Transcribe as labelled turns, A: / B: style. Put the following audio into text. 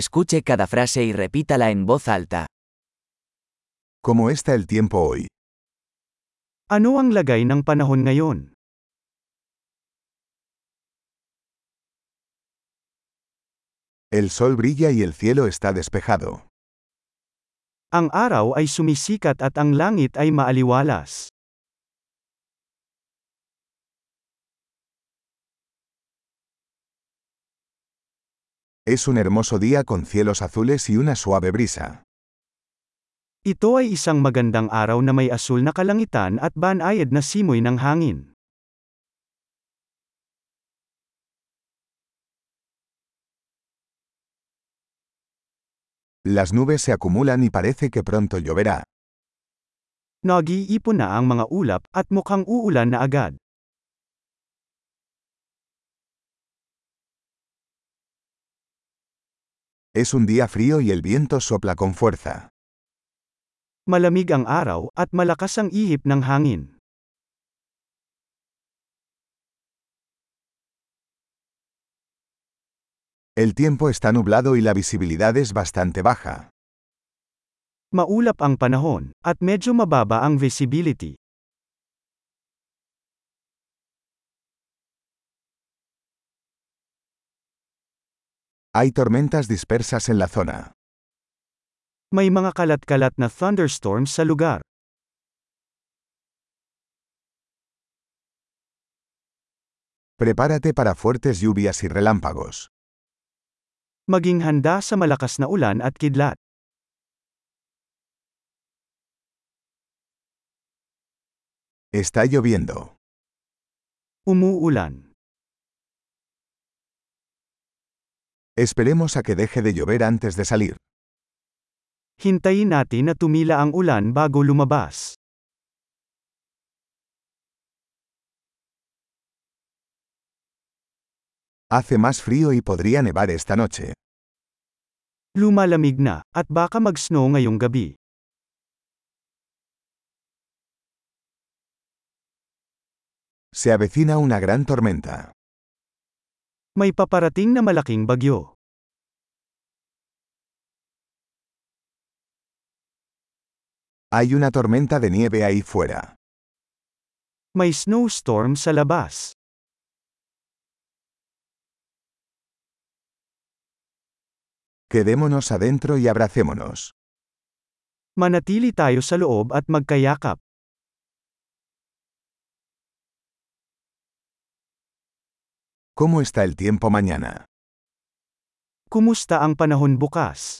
A: Escuche cada frase y repítala en voz alta.
B: ¿Cómo está el tiempo hoy?
C: Ano ang lagay ng panahon ngayon?
B: El sol brilla y el cielo está despejado.
C: Ang araw ay sumisikat at ang langit ay maaliwalas.
B: Es un hermoso día con cielos azules y una suave brisa.
C: Ito ay isang magandang araw na may asul na kalangitan at banayad na simoy ng hangin.
B: Las nubes se acumulan y parece que pronto lloverá.
C: Nag-iipon na ang mga ulap at mukhang uulan na agad.
B: Es un día frío y el viento sopla con fuerza.
C: Malamig ang araw at malakas ang ihip ng hangin.
B: El tiempo está nublado y la visibilidad es bastante baja.
C: Maulap ang panahon at medyo mababa ang visibility.
B: Hay tormentas dispersas en la zona.
C: May mga kalat-kalat na thunderstorms sa lugar.
B: Prepárate para fuertes lluvias y relámpagos.
C: Maging handa sa malakas na ulan at kidlat.
B: Está lloviendo.
C: Umuulan.
B: Esperemos a que deje de llover antes de salir.
C: Hintayin natin na tumila ang ulan bago lumabas.
B: Hace más frío y podría nevar esta noche.
C: Lumalamig na at baka mag-snow ngayong gabi.
B: Se avecina una gran tormenta.
C: May paparating na malaking bagyo.
B: Hay una tormenta de nieve ahí fuera.
C: May snowstorm sa labas.
B: Quedémonos adentro y abracémonos.
C: Manatili tayo sa loob at magkayakap.
B: ¿Cómo está el tiempo mañana?
C: Kumusta ang panahon bukas?